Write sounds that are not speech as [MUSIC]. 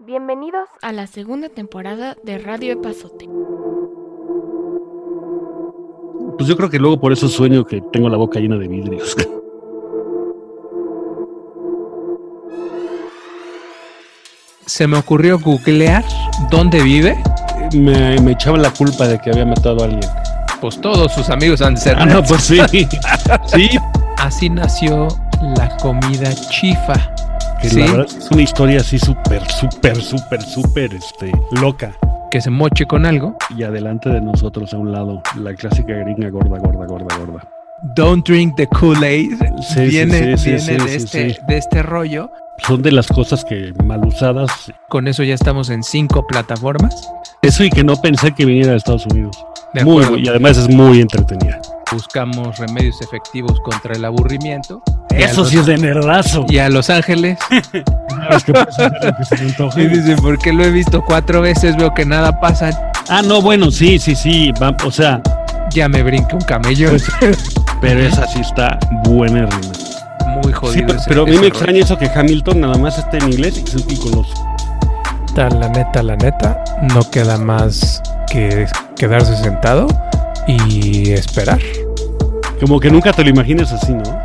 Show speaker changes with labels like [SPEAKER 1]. [SPEAKER 1] Bienvenidos
[SPEAKER 2] a la segunda temporada de Radio Epazote.
[SPEAKER 3] Pues yo creo que luego por eso sueño que tengo la boca llena de vidrios. [LAUGHS]
[SPEAKER 4] Se me ocurrió googlear dónde vive.
[SPEAKER 3] Me, me echaba la culpa de que había matado a alguien. [LAUGHS]
[SPEAKER 4] Pues todos sus amigos han de ser.
[SPEAKER 3] Ah, no,
[SPEAKER 4] nerds.
[SPEAKER 3] pues [LAUGHS] sí. sí,
[SPEAKER 4] Así nació la comida chifa.
[SPEAKER 3] que
[SPEAKER 4] Sí,
[SPEAKER 3] la verdad es una historia así súper, súper, súper, súper este, loca.
[SPEAKER 4] que se moche con algo.
[SPEAKER 3] Y adelante de nosotros a un lado, la clásica gringa gorda, gorda, gorda, gorda.
[SPEAKER 4] Don't drink the Kool-Aid.
[SPEAKER 3] Sí, sí,
[SPEAKER 4] viene
[SPEAKER 3] sí,
[SPEAKER 4] viene
[SPEAKER 3] sí,
[SPEAKER 4] de,
[SPEAKER 3] sí,
[SPEAKER 4] este,
[SPEAKER 3] sí.
[SPEAKER 4] de este rollo.
[SPEAKER 3] Son de las cosas que mal usadas.
[SPEAKER 4] Con eso ya estamos en cinco plataformas.
[SPEAKER 3] Eso y que no pensé que viniera de Estados Unidos.
[SPEAKER 4] De
[SPEAKER 3] muy,
[SPEAKER 4] acuerdo.
[SPEAKER 3] y además es muy entretenida.
[SPEAKER 4] Buscamos remedios efectivos contra el aburrimiento. Y a
[SPEAKER 3] Eso
[SPEAKER 4] Los-
[SPEAKER 3] sí es de nerdazo.
[SPEAKER 4] Y a
[SPEAKER 3] [LAUGHS]
[SPEAKER 4] Los Ángeles.
[SPEAKER 3] Claro, es que puedes hacer lo que se te antoje.
[SPEAKER 4] Y dicen, ¿por qué lo he visto cuatro veces? Veo que nada pasa.
[SPEAKER 3] Ah, no, bueno, sí, sí, sí. va- o sea,
[SPEAKER 4] Ya me brinca un camello.
[SPEAKER 3] Pues, pero esa sí está buena rima.
[SPEAKER 4] Muy jodido.
[SPEAKER 3] pero,
[SPEAKER 4] ese-
[SPEAKER 3] pero a mí
[SPEAKER 4] ese
[SPEAKER 3] me
[SPEAKER 4] rollo.
[SPEAKER 3] extraña eso que Hamilton nada más está en inglés y se- y con los.
[SPEAKER 5] neta, la neta, la neta, no queda más que quedarse sentado y esperar.
[SPEAKER 3] Como que nunca te lo imagines así, ¿no?